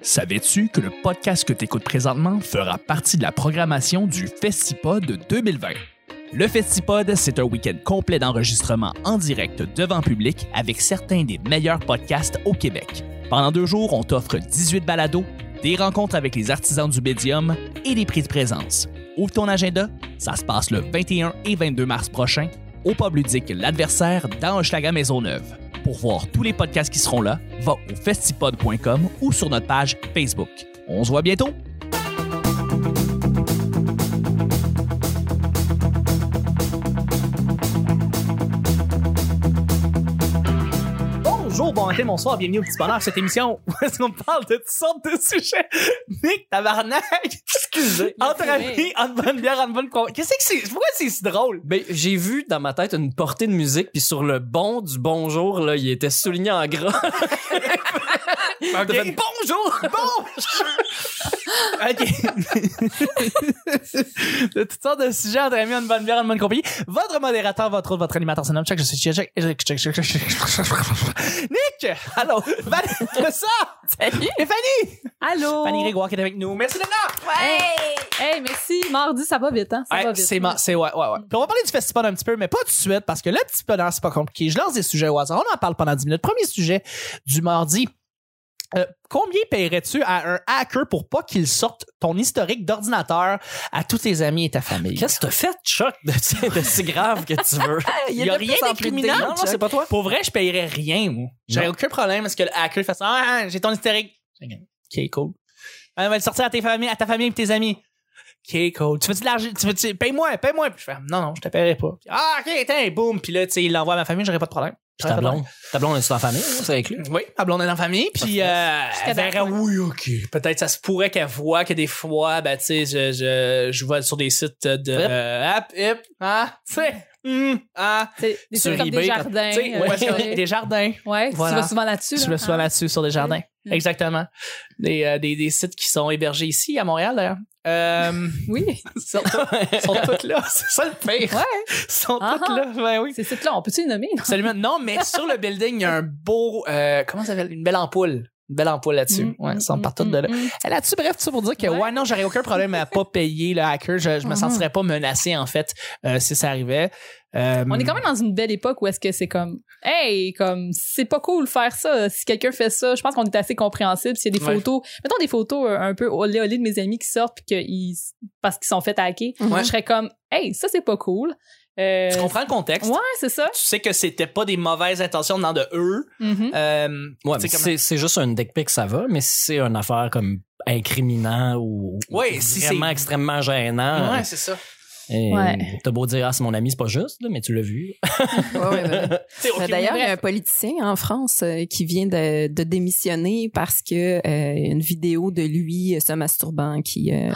Savais-tu que le podcast que t'écoutes présentement fera partie de la programmation du Festipod 2020? Le Festipod, c'est un week-end complet d'enregistrement en direct devant public avec certains des meilleurs podcasts au Québec. Pendant deux jours, on t'offre 18 balados, des rencontres avec les artisans du médium et des prix de présence. Ouvre ton agenda, ça se passe le 21 et 22 mars prochain au pub ludique L'Adversaire dans Hochelaga Maisonneuve. Pour voir tous les podcasts qui seront là, va au festipod.com ou sur notre page Facebook. On se voit bientôt! Bonjour, bon matin, bonsoir, bienvenue au Petit Bonheur, cette émission où est-ce qu'on parle de toutes sortes de sujets. Nick, tabarnak! Excusez! Entre amis, en bonne bière, en bonne... con- Qu'est-ce que c'est? Pourquoi c'est si drôle? Ben, j'ai vu dans ma tête une portée de musique, puis sur le bon du bonjour, là, il était souligné en gras. T'as fait bonjour! OK. de toutes sortes de sujets entre amis, une bonne bière, une bonne compagnie. Votre modérateur, votre autre, votre animateur, son nom, check, je suis check, check, check, check, check, check, check. Nick! Allô? Val, le sort! Salut! Et Fanny! Allô! Fanny Grégoire qui est avec nous. Merci d'être là! Hey! Hey, merci. Mardi, ça va vite, hein? Ça Ouais, va vite. Mm. c'est ma- c'est ouais, ouais, ouais. Puis on va parler du festival un petit peu, mais pas tout de suite parce que le petit peu c'est pas compliqué. Je lance des sujets au hasard. On en parle pendant 10 minutes. Premier sujet du mardi. Euh, combien paierais-tu à un hacker pour pas qu'il sorte ton historique d'ordinateur à tous tes amis et ta famille? Qu'est-ce que t'as fait, Chuck, de, de si grave que tu veux? Il y a rien de d'incriminant, Non, non, c'est pas toi. Pour vrai, je paierais rien, moi. J'ai aucun problème parce que le hacker fait ça. Ah, j'ai ton historique. Ok, cool. Ah, on va le sortir à, tes familles, à ta famille et tes amis. Ok, cool. Tu veux-tu de l'argent? Tu veux-tu... Paye-moi, paye-moi. Puis je fais, non, non, je te paierai pas. Puis, ah, ok, tiens, boum. Puis là, tu sais, il l'envoie à ma famille, j'aurais pas de problème. Puis ta blonde, ta blonde est sur la famille, hein, c'est inclus. Oui, ma blonde est en famille, puis euh, elle verrait, d'accord. oui, ok. Peut-être ça se pourrait qu'elle voit que des fois, ben, tu sais, je, je, je vois sur des sites de... Hip. euh, hop, hip, ah, tu sais, hum, ah, C'est des sur trucs comme eBay, des quand- jardins. tu sais, euh, ouais, ouais. des jardins. Ouais, Voilà. tu vas souvent là-dessus. Je là. hein? me souviens là-dessus sur des jardins. Mm. Exactement. Des, euh, des, des sites qui sont hébergés ici à Montréal d'ailleurs. Euh, Ah, Oui, ils sont, ils sont toutes là, c'est ça le pire. ouais. Ils sont Ah toutes ah. là, ben oui. Ces sites-là, on peut-tu les nommer? non? Absolument. Non, mais sur le building, il y a un beau, euh, comment ça s'appelle, une belle ampoule. Une belle ampoule là-dessus. Mm, ouais, ils mm, sont mm, partout mm, de là. mm. Et Là-dessus, bref, tout ça pour dire que, ouais, Ouais. non, j'aurais aucun problème à pas payer le hacker. Je, je me Mhm. sentirais pas menacé, en fait, euh, si ça arrivait. Euh, On est quand même dans une belle époque où est-ce que c'est comme, hey, comme, c'est pas cool faire ça. Si quelqu'un fait ça, je pense qu'on est assez compréhensible. S'il y a des Ouais. photos, mettons des photos euh, un peu olé olé de mes amis qui sortent puis qu'ils, parce qu'ils sont fait hacker, Ouais. je serais comme, hey, ça c'est pas cool. Euh, Tu comprends le contexte? Ouais, c'est ça. Tu sais que c'était pas des mauvaises intentions venant de eux. Mhm. Euh, Ouais, tu sais, mais comme- c'est, c'est juste un deck pic, ça va, mais si c'est une affaire comme incriminant ou ou Ouais, si c'est- vraiment extrêmement gênant. c'est ça. et, Ouais. T'as beau dire, ah, c'est mon ami, c'est pas juste, là, mais tu l'as vu. Ouais, ouais, ouais. T'sais, ok, Mais Euh, D'ailleurs, mais il y a bref. un politicien en France euh, qui vient de, de démissionner parce que euh, une vidéo de lui euh, se masturbant qui, euh,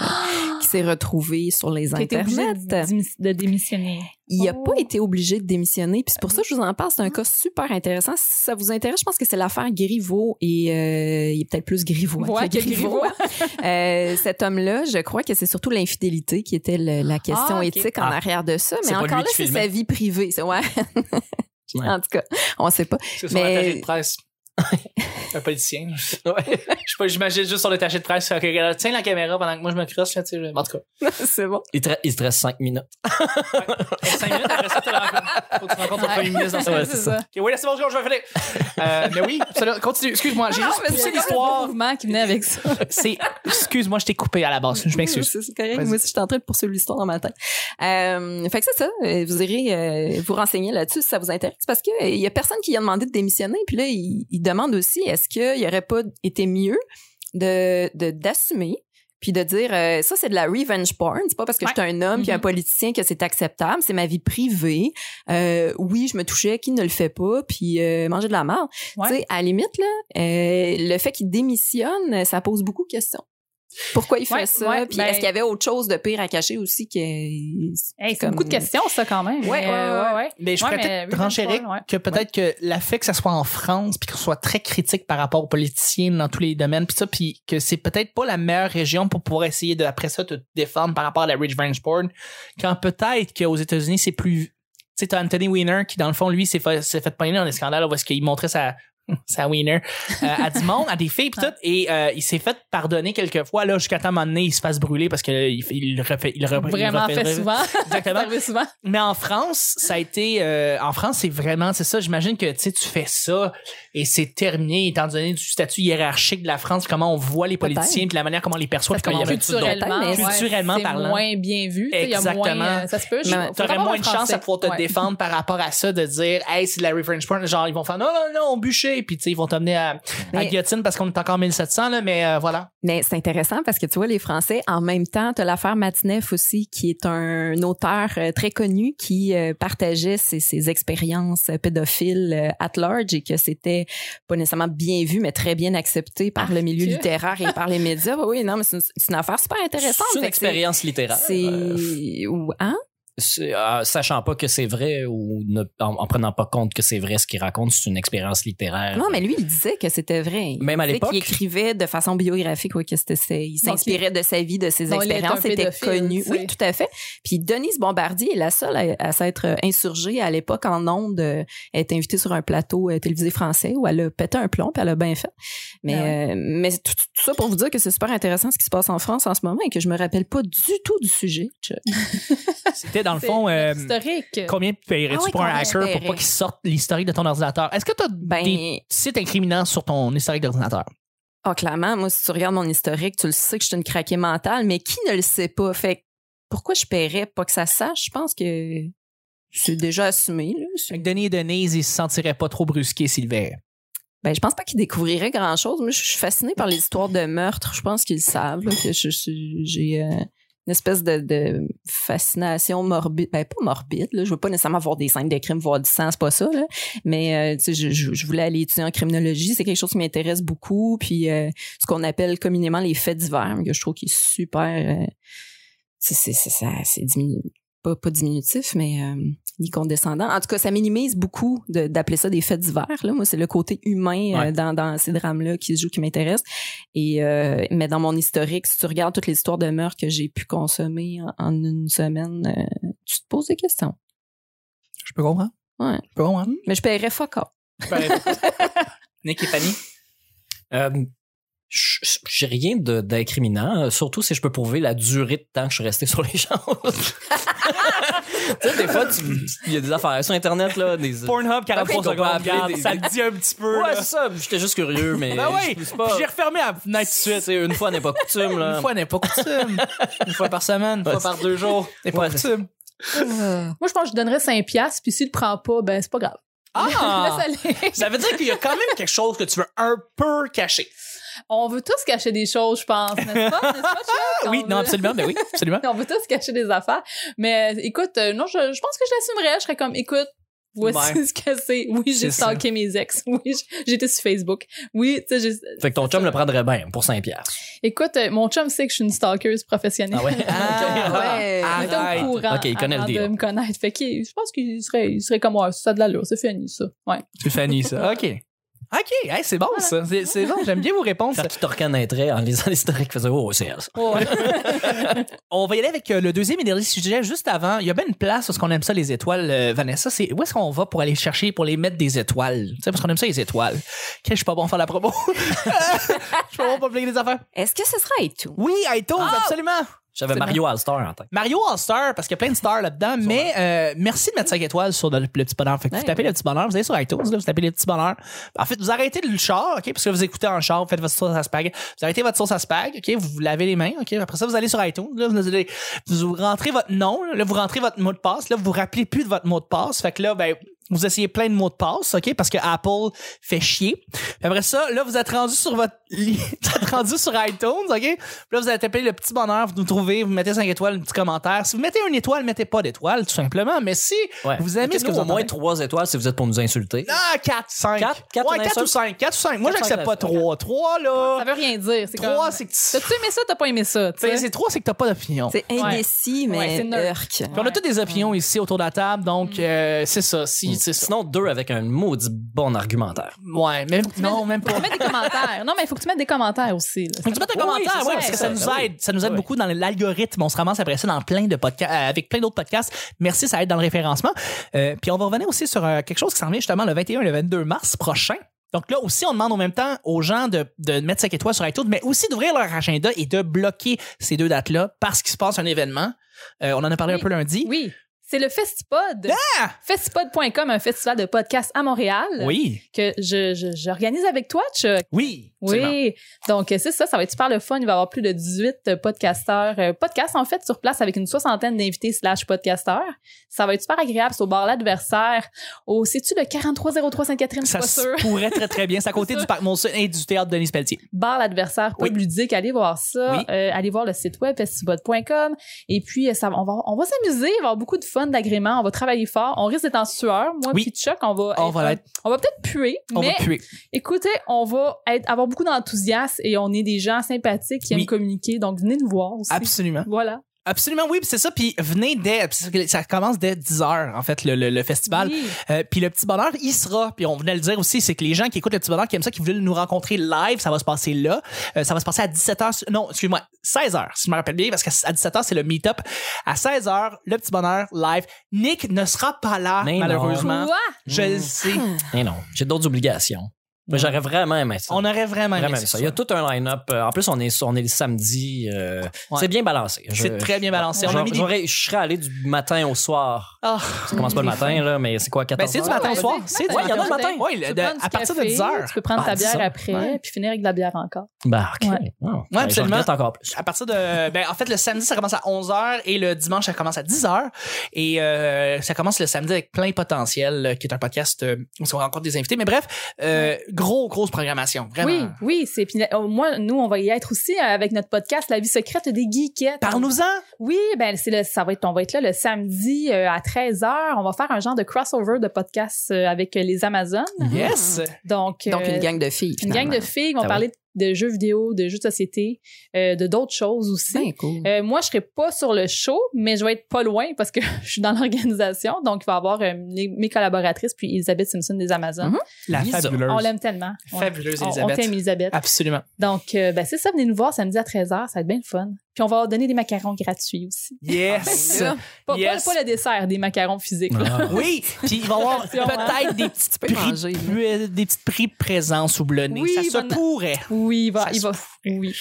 qui s'est retrouvée sur les T'as été obligé internets. de, démis- de démissionner. Il n'a Oh. pas été obligé de démissionner. Puis c'est pour ça que je vous en parle. C'est un cas super intéressant. Si ça vous intéresse, je pense que c'est l'affaire Griveau et euh, il est peut-être plus Griveau Ouais, que Griveaux. Euh, cet homme-là, je crois que c'est surtout l'infidélité qui était le- la question Ah, ok. éthique en Ah. arrière de ça. C'est Mais pas lui encore là, qui c'est filmait. sa vie privée. C'est- Ouais. Ouais. En tout cas, on sait pas. C'est sur l'attaché Mais- de presse. un politicien. Je sais pas, j'imagine juste sur l'attaché de presse. ok, regarde, tiens la caméra pendant que moi je me crosse. Là, tu sais, je- en tout cas, c'est bon. Il, te- il se reste cinq minutes. Hey, cinq minutes après ça, tu rencontres. Faut que tu rencontres ton premier ministre dans sa Ouais, vie. c'est ça. Ok, oui, là, c'est bon, je vais finir. Euh, mais oui, absolument. continue. Excuse-moi, j'ai Non, juste mais poussé c'est Le l'histoire. mouvement qui venait avec ça. C'est... Excuse-moi, je t'ai coupé à la base. Je m'excuse. C'est c'est correct. Vas-y. Moi aussi, je suis en train de poursuivre l'histoire dans ma tête. Euh, fait que c'est ça. Euh, Vous irez euh, vous renseigner là-dessus si ça vous intéresse parce que euh, il y a personne qui lui a demandé de démissionner. Puis là, il, il demande aussi est-ce qu'il y aurait pas été mieux de de- d'assumer puis de dire euh, ça c'est de la revenge porn c'est pas parce que Ouais. Mm-hmm. je suis un homme puis un Mhm. politicien que c'est acceptable c'est ma vie privée Euh, oui je me touchais qui ne le fait pas puis euh, manger de la merde Ouais. tu sais à la limite là euh, le fait qu'il démissionne euh, ça pose beaucoup de questions pourquoi il fait Ouais, ça ouais, puis ben- est-ce qu'il y avait autre chose de pire à cacher aussi que Hey, c'est comme- beaucoup de questions, ça, quand même. Ouais, Mais, euh, ouais, ouais. Mais je Ouais, pourrais mais peut-être oui, renchérir Paul, ouais. que peut-être que la fait que ça soit en France puis qu'on soit très critique par rapport aux politiciens dans tous les domaines puis ça puis que c'est peut-être pas la meilleure région pour pouvoir essayer de après ça te défendre par rapport à la revenge porn quand peut-être qu'aux États-Unis c'est plus tu sais t'as Anthony Weiner qui dans le fond lui s'est fait s'est fait pogner dans des scandales où est-ce qu'il montrait sa sa wiener, euh, à du monde, à des filles pis tout, et euh, il s'est fait pardonner quelques fois, là, jusqu'à temps, un moment donné, il se fasse brûler parce que là, il, fait- il refait, il refait- il Vraiment refait- fait souvent. Exactement. Arrivé souvent. Mais en France, ça a été, euh, en France, c'est vraiment, c'est ça, j'imagine que, tu sais, tu fais ça et c'est terminé, étant donné du statut hiérarchique de la France, comment on voit les Peut-être. politiciens puis la manière comment on les perçoit puis comment on qu'on les tout d'autre. culturellement, d'autres. ouais, Culturellement c'est parlant. moins bien vu. tu sais, il y a Exactement. moins, euh, ça se peut. je- Mais faut T'aurais vraiment moins un de chance Français. à pouvoir te Ouais. défendre par rapport à ça, de dire, hey, c'est de la revenge porn. Genre, ils vont faire, non, non, non, on bûchait. Puis, tu sais, ils vont t'emmener à, à Mais- guillotine parce qu'on est encore en 1700, là, mais euh, voilà. Mais Ben, c'est intéressant parce que tu vois, les Français, en même temps, tu as l'affaire Matineff aussi, qui est un auteur euh, très connu qui euh, partageait ses, ses expériences euh, pédophiles euh, at large et que c'était pas nécessairement bien vu, mais très bien accepté par le milieu Ah, que- littéraire et par les médias. Oui, non, mais c'est une, c'est une affaire super intéressante. C'est une Fait que c'est- expérience littéraire. euh, C'est. ou- Hein? c'est- euh, sachant pas que c'est vrai ou ne- en, en prenant pas compte que c'est vrai ce qu'il raconte, c'est une expérience littéraire. Non, mais lui, il disait que c'était vrai. Il Même Euh, à disait qu'il l'époque? écrivait de façon biographique, oui, que c'était, c'est- il s'inspirait de sa vie, de ses Donc, il est un expériences, c'était pédophile, connu. tu sais. Oui, tout à fait. Puis Denise Bombardier est la seule à, à s'être insurgée à l'époque en ondes. euh, Elle était invitée sur un plateau euh, télévisé français où elle a pété un plomb, puis elle a bien fait. Mais, Ah euh, mais tout, tout ça pour vous dire que c'est super intéressant ce qui se passe en France en ce moment et que je me rappelle pas du tout du sujet. Chuck. C'était, dans le C'est fond, euh, historique. combien paierais-tu Ah oui, pour un combien je hacker pour paierais? pas qu'il sorte l'historique de ton ordinateur? Est-ce que t'as Ben, des sites incriminants sur ton historique d'ordinateur? Ah, clairement, moi, si tu regardes mon historique, tu le sais que je suis une craquée mentale, mais qui ne le sait pas? Fait que pourquoi je paierais pas que ça se sache? Je pense que c'est déjà assumé. Là. Fait que Denis et Denise, ils se sentiraient pas trop brusqués s'ils le verraient. Ben, je pense pas qu'ils découvriraient grand-chose. Moi, je suis fascinée par les histoires de meurtre. Je pense qu'ils le savent là, que je suis- j'ai euh, une espèce de, de fascination morbide. Ben, pas morbide. Là. Je veux pas nécessairement voir des scènes de crime, voir du sang, c'est pas ça. Là. Mais euh, tu sais, je, je- je voulais aller étudier en criminologie. C'est quelque chose qui m'intéresse beaucoup. Puis euh, ce qu'on appelle communément les faits divers, que je trouve qui est super... euh, c'est- c'est c'est- ça, c'est diminu- pas, pas diminutif, mais... euh, ni condescendant. En tout cas, ça minimise beaucoup de- d'appeler ça des faits divers. Là. Moi, c'est le côté humain euh, Ouais. dans, dans ces drames-là qui se joue, qui m'intéresse. Et euh, mais dans mon historique, si tu regardes toutes les histoires de meurtre que j'ai pu consommer en, en une semaine, euh, tu te poses des questions. Je peux comprendre. Ouais. Je peux comprendre. Mais je paierais fuck off. Nick et Fanny? Euh, je- je- j'ai rien de- d'incriminant, euh, surtout si je peux prouver la durée de temps que je suis resté sur les choses. tu sais, des fois, tu- il y a des affaires sur Internet, là, des... Pornhub, 43 Ok, qu'on peut secondes. appeler regarde, des- Ça le dit un petit peu. Ouais, là. c'est ça, j'étais juste curieux, mais... Ben oui, je- c'est pas- Puis j'ai refermé la fenêtre tout de suite. C'est une fois n'est pas coutume, là. Une fois n'est pas coutume. une fois par semaine, une fois Ouais, par deux jours. N'est pas Ouais. coutume. Moi, je pense que je donnerais 5 piastres, puis s'il le prend pas, ben c'est pas grave. Ah! Laisse aller. Ça veut dire qu'il y a quand même quelque chose que tu veux un peu cacher. On veut tous cacher des choses, je pense, n'est-ce pas? N'est-ce pas, Chuck? oui, On non, veut- absolument, ben oui, absolument. On veut tous cacher des affaires. Mais euh, écoute, euh, non, je, je pense que je l'assumerais. Je serais comme, écoute, voici Ouais. ce que c'est. Oui, C'est j'ai ça. stalké mes ex. Oui, j- j'étais sur Facebook. Oui, tu sais, j'ai- Fait que ton chum le prendrait bien pour 5 piastres. écoute, euh, mon chum sait que je suis une stalkeuse professionnelle. Ah ouais? Ah, ouais. Il était Arrête. au courant Ok, il connaît le avant deal. de me connaître. Fait qu'il- je pense qu'il serait, il serait comme moi, ça a de l'allure, c'est fini ça. Ouais. C'est Fanny, ça. OK. OK, hey, c'est bon, ça. C'est c'est bon, j'aime bien vos réponses. Faire qu'il te reconnaîtrait en lisant l'historique, faisait Oh, c'est elle. On va y aller avec euh, le deuxième et dernier sujet juste avant. Il y a bien une place parce qu'on aime ça les étoiles, euh, Vanessa. C'est où est-ce qu'on va pour aller chercher pour les mettre des étoiles Tu sais parce qu'on aime ça les étoiles. Que je suis pas bon à faire la promo. je suis pas bon pour plugger des affaires. Est-ce que ce sera et tout? Oui, iTunes, absolument. J'avais C'est Mario Alstar en tête. Mario All-Star, parce qu'il y a plein de stars là-dedans, mais euh, merci de mettre 5 étoiles sur le, le petit bonheur. Fait que Ouais. vous tapez le petit bonheur, vous allez sur iTunes, là, vous tapez le petit bonheur. En fait, vous arrêtez le char, OK, parce que vous écoutez en char, vous faites votre sauce à spag. Vous arrêtez votre sauce à spag, OK, vous vous lavez les mains, OK, après ça, vous allez sur iTunes, là, vous, allez- vous rentrez votre nom, là, vous rentrez votre mot de passe, là, vous vous rappelez plus de votre mot de passe. Fait que là, ben, vous essayez plein de mots de passe, OK, parce que Apple fait chier. Puis après ça, là, vous êtes rendu sur votre li- vous êtes rendu sur iTunes, OK? Puis là, vous allez taper le petit bonheur, vous nous trouvez, vous mettez 5 étoiles, un petit commentaire. Si vous mettez une étoile, mettez pas d'étoile, tout simplement. Mais si Ouais. vous aimez Qu'est-ce ce que que vous au moins entendez- 3 étoiles si vous êtes pour nous insulter. Ah, 4, 5. Quatre, quatre, on ouais, 4 insulte. ou 5. 4 ou 5. Moi, Quatre, j'accepte cinq, pas reste. 3. 3, là. Ça veut rien dire. C'est 3, comme, c'est que T'as-tu aimé ça, t'as pas aimé ça, tu sais? C'est 3, c'est que t'as pas d'opinion. C'est indécis, Ouais, c'est mais nerd. irk. Puis on a toutes des opinions ici autour de la table, donc euh, c'est ça. Si, c'est ça. Mm. Sinon, deux avec un maudit bon argumentaire. Ouais, même, non, même pas. Faut mettre des commentaires. Non, mais il faut que tu mettes des commentaires aussi. là. Faut que tu mettes un Oui, commentaire, c'est ouais, ça, parce que c'est ça ça. nous Ben oui. aide. Ça nous aide Oui. beaucoup dans l'algorithme. On se ramasse après ça dans plein de podcasts, avec plein d'autres podcasts. Merci, ça aide dans le référencement. Euh, puis on va revenir aussi sur euh, quelque chose qui s'en vient justement le 21 et le 22 mars prochain. Donc là aussi, on demande en même temps aux gens de, de mettre 5 étoiles sur iTunes, mais aussi d'ouvrir leur agenda et de bloquer ces deux dates-là parce qu'il se passe un événement. Euh, on en a parlé Oui. un peu lundi. Oui, c'est le Festipod. Ah! Festipod.com, un festival de podcasts à Montréal Oui. que je- je- j'organise avec toi, Chuck. Oui. absolument. Oui, donc euh, c'est ça, ça va être super le fun. Il va y avoir plus de 18 euh, podcasteurs, euh, podcasts en fait sur place avec une soixantaine d'invités slash podcasteurs. Ça va être super agréable, c'est au bar l'adversaire, au, sais-tu le 4303 Sainte-Catherine, je suis Ça pas se sûre. pourrait très très bien. C'est à côté C'est du ça. Parc Monson et du Théâtre Denis Pelletier. Bar l'adversaire, pub Oui. ludique, allez voir ça. Oui. Euh, allez voir le site web festibot.com. Et puis, euh, ça, va- on va, on va s'amuser, il va y avoir beaucoup de fun, d'agréments, on va travailler fort. On risque d'être en sueur. Moi, Oui. puis Chuck, on va, On être- va l'être. on va peut-être puer, On mais va puer. écoutez, on va être, avoir beaucoup d'enthousiasme et on est des gens sympathiques qui Oui. aiment communiquer. Donc, venez nous voir aussi. Absolument. Voilà. Absolument, oui, puis c'est ça. Puis venez dès. puis Ça commence dès 10 heures, en fait, le, le- le festival. Oui. Euh, puis le petit bonheur, il sera. Puis on venait le dire aussi, c'est que les gens qui écoutent le petit bonheur, qui aiment ça, qui veulent nous rencontrer live, ça va se passer là. Euh, ça va se passer à 17h. Non, excuse-moi, 16h, si je me rappelle bien, parce qu'à 17h, c'est le meet-up. À 16h, le petit bonheur live. Nick ne sera pas là, Mais non. Mmh. malheureusement. Quoi? Je le sais. Mais Eh non, j'ai d'autres obligations. Mais j'aurais vraiment aimé ça. On aurait vraiment, aimé Vraiment aimé ça. Il y a tout un line-up. Euh, En plus, on est, on est le samedi. euh, Ouais. C'est bien balancé. Je- C'est très bien balancé. On a J'aurais- mis des... j'aurais- Je serais allé du matin au soir. Ah. Ça commence pas le matin, là, mais c'est quoi, Ben, 14 c'est du heures? matin Ouais, au soir. ouais, C'est du ouais, il y en a matin le au soir. matin. Oui, Tu le- peux de- prendre du à partir de café, 10 heures. Tu peux prendre Ah, ta 10 bière heures. après, Ouais. puis finir avec de la bière encore. Bah, ok. Ouais. Oh, ben, je absolument. regrette encore plus. À partir de. Ben, en fait, le samedi, ça commence à 11h et le dimanche, ça commence à 10h. Et euh, ça commence le samedi avec plein potentiel, euh, qui est un podcast euh, où on rencontre des invités. Mais bref, euh, gros, grosse programmation. Vraiment. Oui, oui, c'est puis euh, moi nous on va y être aussi euh, avec notre podcast La vie secrète des geekettes. Parle-nous-en. Oui, ben c'est le ça va être on va être là le samedi euh, à 13h, on va faire un genre de crossover de podcast euh, avec euh, les Amazones. Yes. Donc Donc, euh, une gang de filles. une gang de filles qui vont Ça va. parler de jeux vidéo, de jeux de société, euh, de d'autres choses aussi. filles. Ben, cool. Euh, moi, je serai pas sur le show, mais je vais être pas loin parce que je suis dans l'organisation. Donc, il va y avoir euh, les- mes collaboratrices puis Elisabeth Simpson des Amazones. Mhm. La Lisa. fabuleuse. On l'aime tellement. On- Mm-hmm. Fabuleuse, Ah. on- On Elisabeth. t'aime, Elisabeth. Absolument. Donc, euh, ben, c'est ça. Venez nous voir samedi à 13h. Ça va être bien le fun. Puis, on va leur donner des macarons gratuits aussi. Yes. Pas, pas- Yes. pas le dessert, des macarons physiques. là. Ah. oui. Puis il va y avoir Attention, hein. peut-être des petites peux prix, manger, là. plus- des petites prix de présence ou blonnées. Oui, ça se bonne- pourrait. Oui, il va. Ça il se va oui.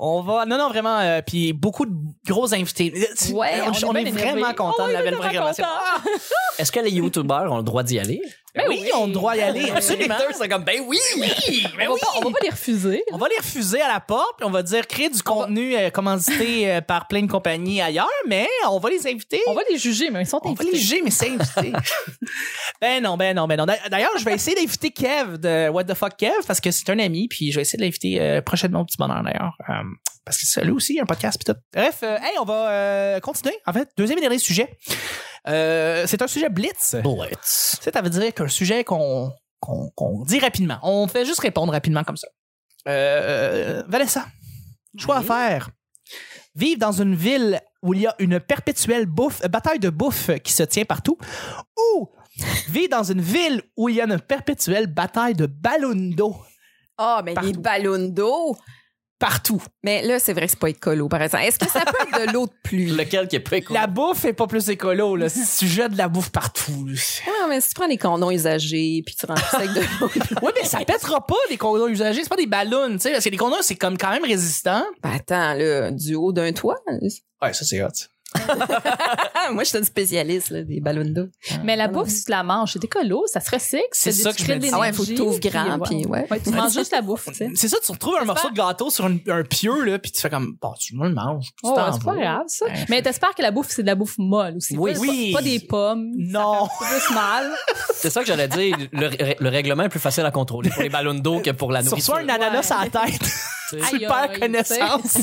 On va. Non, non, vraiment. euh, puis beaucoup de gros invités. Euh, Ouais, on, on est est, bien vraiment énervés. contents Oh, de la on est belle vraiment programmation. contents. Ah! Est-ce que les YouTubers ont le droit d'y aller? Ben oui, oui. on a le droit d'y aller, Oui. absolument. Les haters, c'est comme, ben oui! Ben on, oui. va pas, on va pas les refuser. On va les refuser à la porte, puis on va dire créer du contenu euh, commandité euh, par plein de compagnies ailleurs, mais on va les inviter. On va les juger, mais ils sont On va invités. les juger, mais c'est invité. ben non, ben non, ben non. D'a- D'ailleurs, je vais essayer d'inviter Kev de What the fuck Kev parce que c'est un ami, puis je vais essayer de l'inviter euh, prochainement au petit bonheur d'ailleurs. Euh, parce que c'est lui aussi, un podcast, puis tout. Bref, euh, hey, on va euh, continuer. En fait, deuxième et dernier sujet. Euh, c'est un sujet blitz. Bullets. Ça, ça veut dire qu'un sujet qu'on qu'on- qu'on dit rapidement. On fait juste répondre rapidement comme ça. Euh, euh, Vanessa, choix à faire. Vivre dans une ville où il y a une perpétuelle bouffe, euh, bataille de bouffe qui se tient partout, ou vivre dans une ville où il y a une perpétuelle bataille de ballons d'eau Ah, mais les Partout. ballons d'eau. partout. Mais là, c'est vrai que c'est pas écolo, par exemple. Est-ce que ça peut être de l'eau de pluie? Lequel qui est pas écoute? La bouffe est pas plus écolo, là. sujet de la bouffe partout. Non, mais si tu prends les condoms usagés puis tu remplis ça avec de l'eau. Oui, mais ça pètera pas des condoms usagés, c'est pas des ballons, tu sais, parce que les condoms c'est comme quand même résistant. Ben attends, là, du haut d'un toit. Ouais, ça c'est hot. Ah, moi, je suis une spécialiste là, des ballons d'eau. Mais la bouffe, si tu la manges, c'est écolo, ça se recycle. C'est ça que je me dis. dis. Ah ouais, faut que t'ouvres grand, puis ouais. tu manges juste la bouffe, tu sais. C'est ça, tu retrouves un morceau de gâteau sur une- un pieu, là, puis tu fais comme, bon, tu me le manges. tu Oh, t'en c'est pas vas. grave, ça. Ouais. Mais t'espères que la bouffe, c'est de la bouffe molle aussi. Oui. pas, Oui. Pas des pommes. Non. Ça fait plus mal. C'est ça que j'allais dire. Le, ré- le règlement est plus facile à contrôler pour les ballons d'eau que pour la Sur nourriture. soi, un ananas à la tête. tu Aïe, perds aïe, connaissance.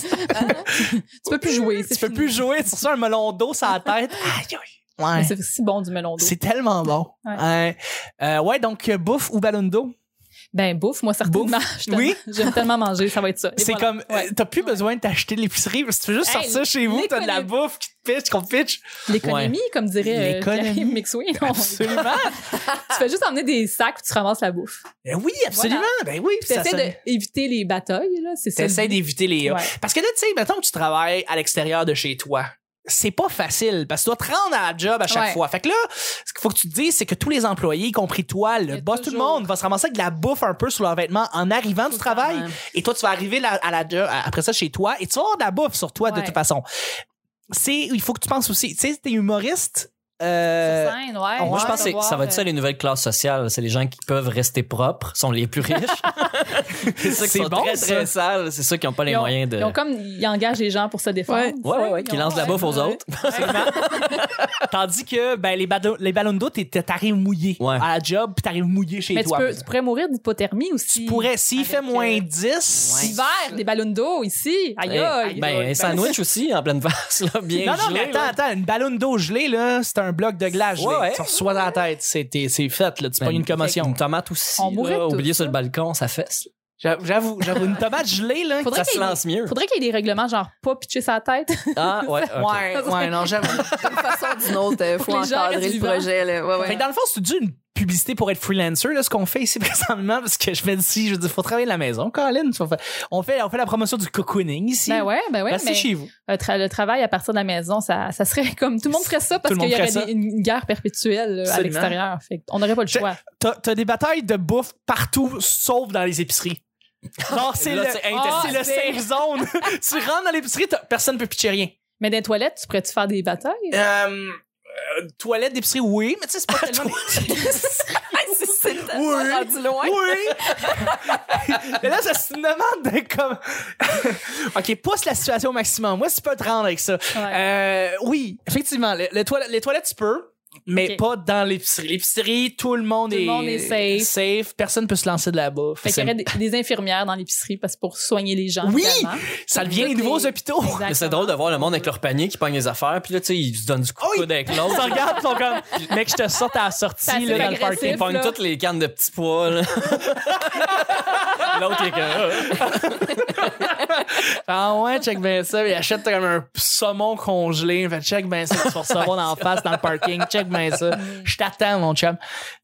Tu peux plus jouer. tu peux plus jouer. Sur soi, un melon d'eau sur la tête. Aïe, aïe. Ouais. C'est si bon du melon d'eau. C'est tellement bon. Ouais. Ouais, Euh, ouais donc, euh, bouffe ou ballon d'eau. Ben, bouffe, moi, certainement. Je t'aime- Oui. J'aime tellement manger, ça va être ça. Et C'est voilà. comme, euh, t'as plus besoin de t'acheter de l'épicerie. Si tu veux juste Hey, sortir chez vous, t'as de la l'économie- bouffe qui te pitch, qu'on te pitch. L'économie, comme dirait L'économie. Pierre Mixway. Tu Absolument. fais juste emmener des sacs puis tu ramasses la bouffe. ben oui, absolument. Ben oui. puis ça T'essaies sonne- d'éviter les batailles, là. C'est ça. T'essaies d'éviter les. Ouais. Parce que là, tu sais, mettons que tu travailles à l'extérieur de chez toi. c'est pas facile parce que tu dois te rendre à la job à chaque Ouais. fois. Fait que là, ce qu'il faut que tu te dises, c'est que tous les employés, y compris toi, Il y le a boss, tout le toujours- monde va se ramasser avec de la bouffe un peu sur leurs vêtements en arrivant du travail. Ouais. Et toi, tu vas arriver la- à la job- à- après ça chez toi et tu vas avoir de la bouffe sur toi de Ouais. toute façon. C'est, il faut que tu penses aussi, tu sais, t'es humoriste. euh, Sur scène, ouais. Moi, je Ouais, pense que de c'est- ça va être ça voir, les nouvelles classes sociales. C'est les gens qui peuvent rester propres, sont les plus riches. c'est ceux qui C'est sont bon, très, ça. très sales. C'est ceux qui n'ont pas les Ils ont- moyens de. Ils ont comme, ils engagent les gens pour se défendre. Ouais. Ouais, ouais, ouais, Ils qui ont- lancent de la ouais, bouffe aux ouais. autres. Tandis que ben, les, bado- les ballons d'eau, t'es- t'es- t'arrives mouillé Ouais. à la job, puis t'arrives mouillé chez Mais tu, toi. peux- tu pourrais mourir d'hypothermie aussi. Tu pourrais, s'il Avec, fait moins euh, 10, L'hiver, des ballons d'eau ici. Aïe, Hey, aïe. ben, un sandwich aussi, en pleine face, là, bien Non, non, gelé, mais attends, là. attends, une ballonne d'eau gelée, là, c'est un bloc de glace gelée. Ouais, ouais. Tu reçois dans la tête, c'est t'es- c'est fait, là, tu Ben, pognes une commotion. Une tomate aussi, On mourrait là, tous, oubliée sur là. le balcon, ça fesse. J'a- J'avoue, j'avoue, une tomate gelée, là. Faudrait Ça qu'il se y ait- lance mieux. Faudrait qu'il y ait des règlements genre pas pitcher sa tête. Ah, ouais. ok. Ouais, ouais, non, j'avoue. D'une façon ou d'une autre, il faut Pour que les gens encadrer restent le vivants. projet. Là. Ouais, ouais. Fait que dans le fond, c'est dû une publicité pour être freelancer, là, ce qu'on fait ici présentement, parce que je me dis, je veux dire, faut travailler de la maison, Colin. tu vas faire- On fait, on fait la promotion du cocooning ici. ben ouais, ben ouais, Ben, c'est mais chez vous. euh, tra- le travail à partir de la maison, ça, ça serait comme tout le monde ferait ça Tout parce le qu'il y monde aurait ferait des- une guerre perpétuelle euh, à Absolument. l'extérieur. Fait on n'aurait pas le Je- choix. T'as t'as des batailles de bouffe partout, sauf dans les épiceries. Genre, c'est le, Là, c'est Ah, interdit. c'est le safe zone. tu rentres dans l'épicerie, t'as- personne ne peut pitcher rien. Mais dans les toilettes, tu pourrais-tu faire des batailles? Euh, euh, toilette d'épicerie, oui, mais tu sais, c'est pas tellement. Ah, c'est- c'est tellement Oui. rendu loin. oui! mais là, ça se demande de comme. ok, pousse la situation au maximum. Moi, si tu peux te rendre avec ça. Ouais. Euh, oui, effectivement, le- le toilette- les toilettes, tu peux. Mais Ok. pas dans l'épicerie. L'épicerie, tout le monde, Tout est, le monde est safe. Personne peut se lancer de la bouffe. fait qu'il y aurait des, des infirmières dans l'épicerie parce que pour soigner les gens. Oui! évidemment. Ça devient les Toutes nouveaux les- hôpitaux. Mais c'est Exactement. drôle de voir le monde avec leur panier qui pogne les affaires, puis là, tu sais, ils se donnent du coup Oh, de ils- coude avec Ils l'autre. te regardent, ils sont comme, mec, je te sors à la Ça, sortie, là, c'est dans le agressif. parking. Ils pognent là. toutes les cannes de petits pois, là. L'autre, il est comme. euh. Ah ouais, check bien ça. Il achète comme un saumon congelé. Fait check bien ça. Tu vas recevoir en face dans le parking. Check bien ça. Je t'attends, mon chum.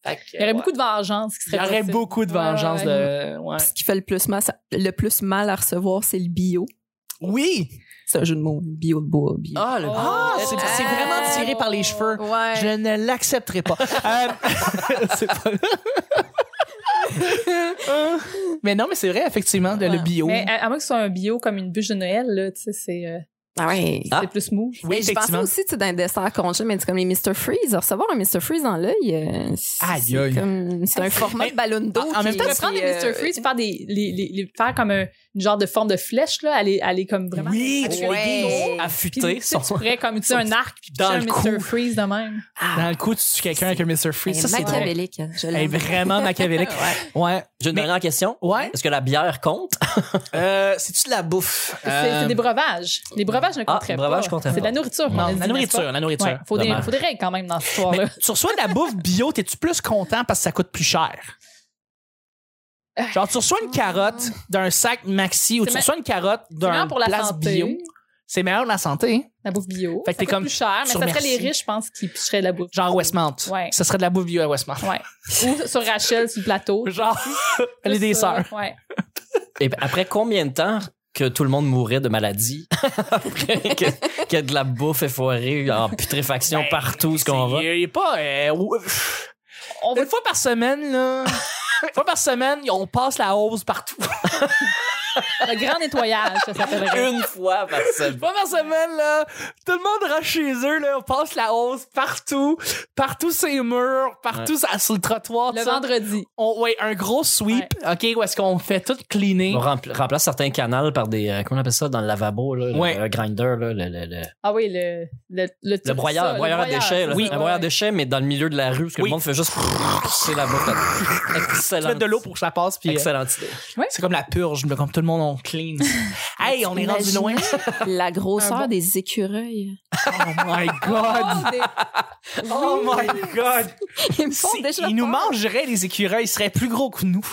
Fait que, Il y aurait ouais. beaucoup de vengeance qui Il serait y aurait possible. beaucoup de vengeance. Ouais, ouais. de... ouais. Ce qui fait le plus mal, ça- le plus mal à recevoir, c'est le bio. Oui! C'est un jeu de mots. hein. Bio de bois, bio. Ah, le Ah, Oh. c'est c'est vraiment tiré par les cheveux. Ouais. Je ne l'accepterai pas. Euh, c'est pas... Euh, mais non, mais c'est vrai, effectivement, de le Ouais. bio. Mais à, à moins que ce soit un bio comme une bûche de Noël, là, tu sais, c'est euh, Ah ouais. Ah. c'est plus mou. oui, Et je pensais effectivement. aussi tu sais, d'un dessert congelé, mais c'est comme les Mr. Freeze. Recevoir un Mr. Freeze dans l'œil, euh, c'est Aïe, c'est aïe. comme- c'est un format de ballon d'eau. en même qui- temps, tu Tu peux qui, prendre des euh, Mr. Freeze, faire, des, les, les, les- faire comme un, une genre de forme de flèche, là, aller, aller comme vraiment. Oui, Avec tu un déguises. dos, puis, affûté. tu sais, Tu son- pourrais comme utiliser un arc puis Dans pitcher un le cou. Mr. Freeze de même. Dans le coup, tu tues quelqu'un avec un Mr. Freeze. Ça, elle est c'est Eh, drôle. ben, machiavélique. hein, Je Elle est l'aime. vraiment machiavélique. ouais. J'ai une Mais- dernière question. Ouais. Est-ce que la bière compte? Euh, C'est-tu de la bouffe? Euh, C'est c'est des breuvages. Les breuvages ne Ah, compteraient les breuvages pas. compteraient C'est de pas. la nourriture. qu'on Non, a dit, la n'est-ce nourriture, pas? la nourriture. Ouais, faut, des, Dommage. faut des règles quand même dans cette histoire-là. Tu reçois de la bouffe bio, t'es-tu plus content parce que ça coûte plus cher? Genre, tu reçois une carotte d'un sac maxi ou Ah. C'est tu me- reçois une carotte C'est d'un meilleur pour la place santé. bio. C'est meilleur pour la santé. hein? La bouffe bio. Fait que Ça t'es coûte comme, plus cher, mais tu ça serait les remercies. riches, je pense, qui picheraient la bouffe. Genre Westmount. Ouais. Ça serait de la bouffe bio à Westmount. Ouais. Ou sur Rachel, sur le plateau. Genre, les Tout ça, desserts. Ouais. Et après combien de temps que tout le monde mourait de maladie? après que, que de la bouffe effoirée en putréfaction Ben, partout, ce qu'on va. Il est pas. euh, ou- On veut Une fois par semaine, là. une fois par semaine, on passe la hausse partout. le grand nettoyage, ça s'appellerait. Une fois par Une semaine. fois par semaine, là, tout le monde rentre chez eux, là, on passe la hausse partout, partout ces murs, partout ça- sur le trottoir, Le tout ça. vendredi. On- ouais, un gros sweep, OK, où est-ce qu'on fait tout cleaner. On rempl- remplace certains canals par des. euh, comment on appelle ça? Dans le lavabo, là, le- Ouais. le, grinder, là, le, le, le, Ah oui, le, le, le, le broyeur, ça, le broyeur à déchets. là. ça, Oui, ouais, un broyeur à ouais. déchets, mais dans le milieu de la rue, parce que Oui. le monde fait juste. C'est la bouffe. Tu Excellent. mets de l'eau pour que ça passe, puis euh, Excellente idée. c'est comme la purge, mais comme tout le monde, on clean. hey, on est rendu Imaginez loin. Ah, La grosseur Un bon- des écureuils. Oh my God! Oh, des- Oh my God! Ils me font Si- déjà ils nous peur. mangeraient, les écureuils, ils seraient plus gros que nous.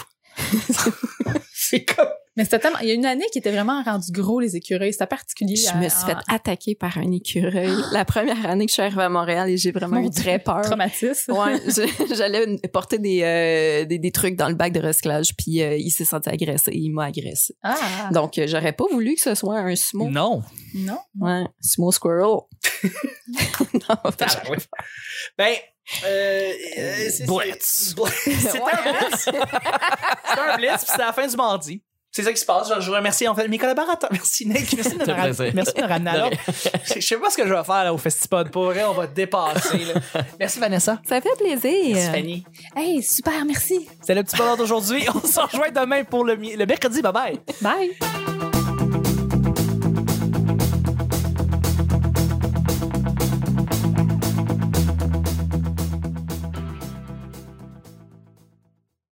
c'est comme... Mais c'était tellement. Il y a une année qui était vraiment rendu gros, les écureuils. C'était particulier. Je à- me suis en- fait Ah. attaquer par un écureuil la première année que je suis arrivée à Montréal et j'ai vraiment Mon eu Dieu, très peur. Traumatisme. Ouais, je- j'allais porter des, euh, des, des trucs dans le bac de recyclage, puis euh, il s'est senti agressé, il m'a agressé. Ah, Donc, euh, j'aurais pas voulu que ce soit un sumo. Non. non. Ouais, sumo squirrel. non, Ben, euh, euh, c'est- Blitz. Blitz. C'est un blitz. C'est un blitz, puis c'est la fin du mardi. C'est ça qui se passe. Je- Je remercie en fait mes collaborateurs. Merci Nick. Merci de me, Ça fait ra- plaisir. merci de me ramener à l'ordre. Je je sais pas ce que je vais faire là, au Festipod. Pour vrai, on va dépasser. là. Merci Vanessa. ça fait plaisir. Fanny. Hey, super, merci. C'est le petit bonheur d'aujourd'hui. On se rejoint demain pour le, mi- le mercredi. Bye bye. Bye.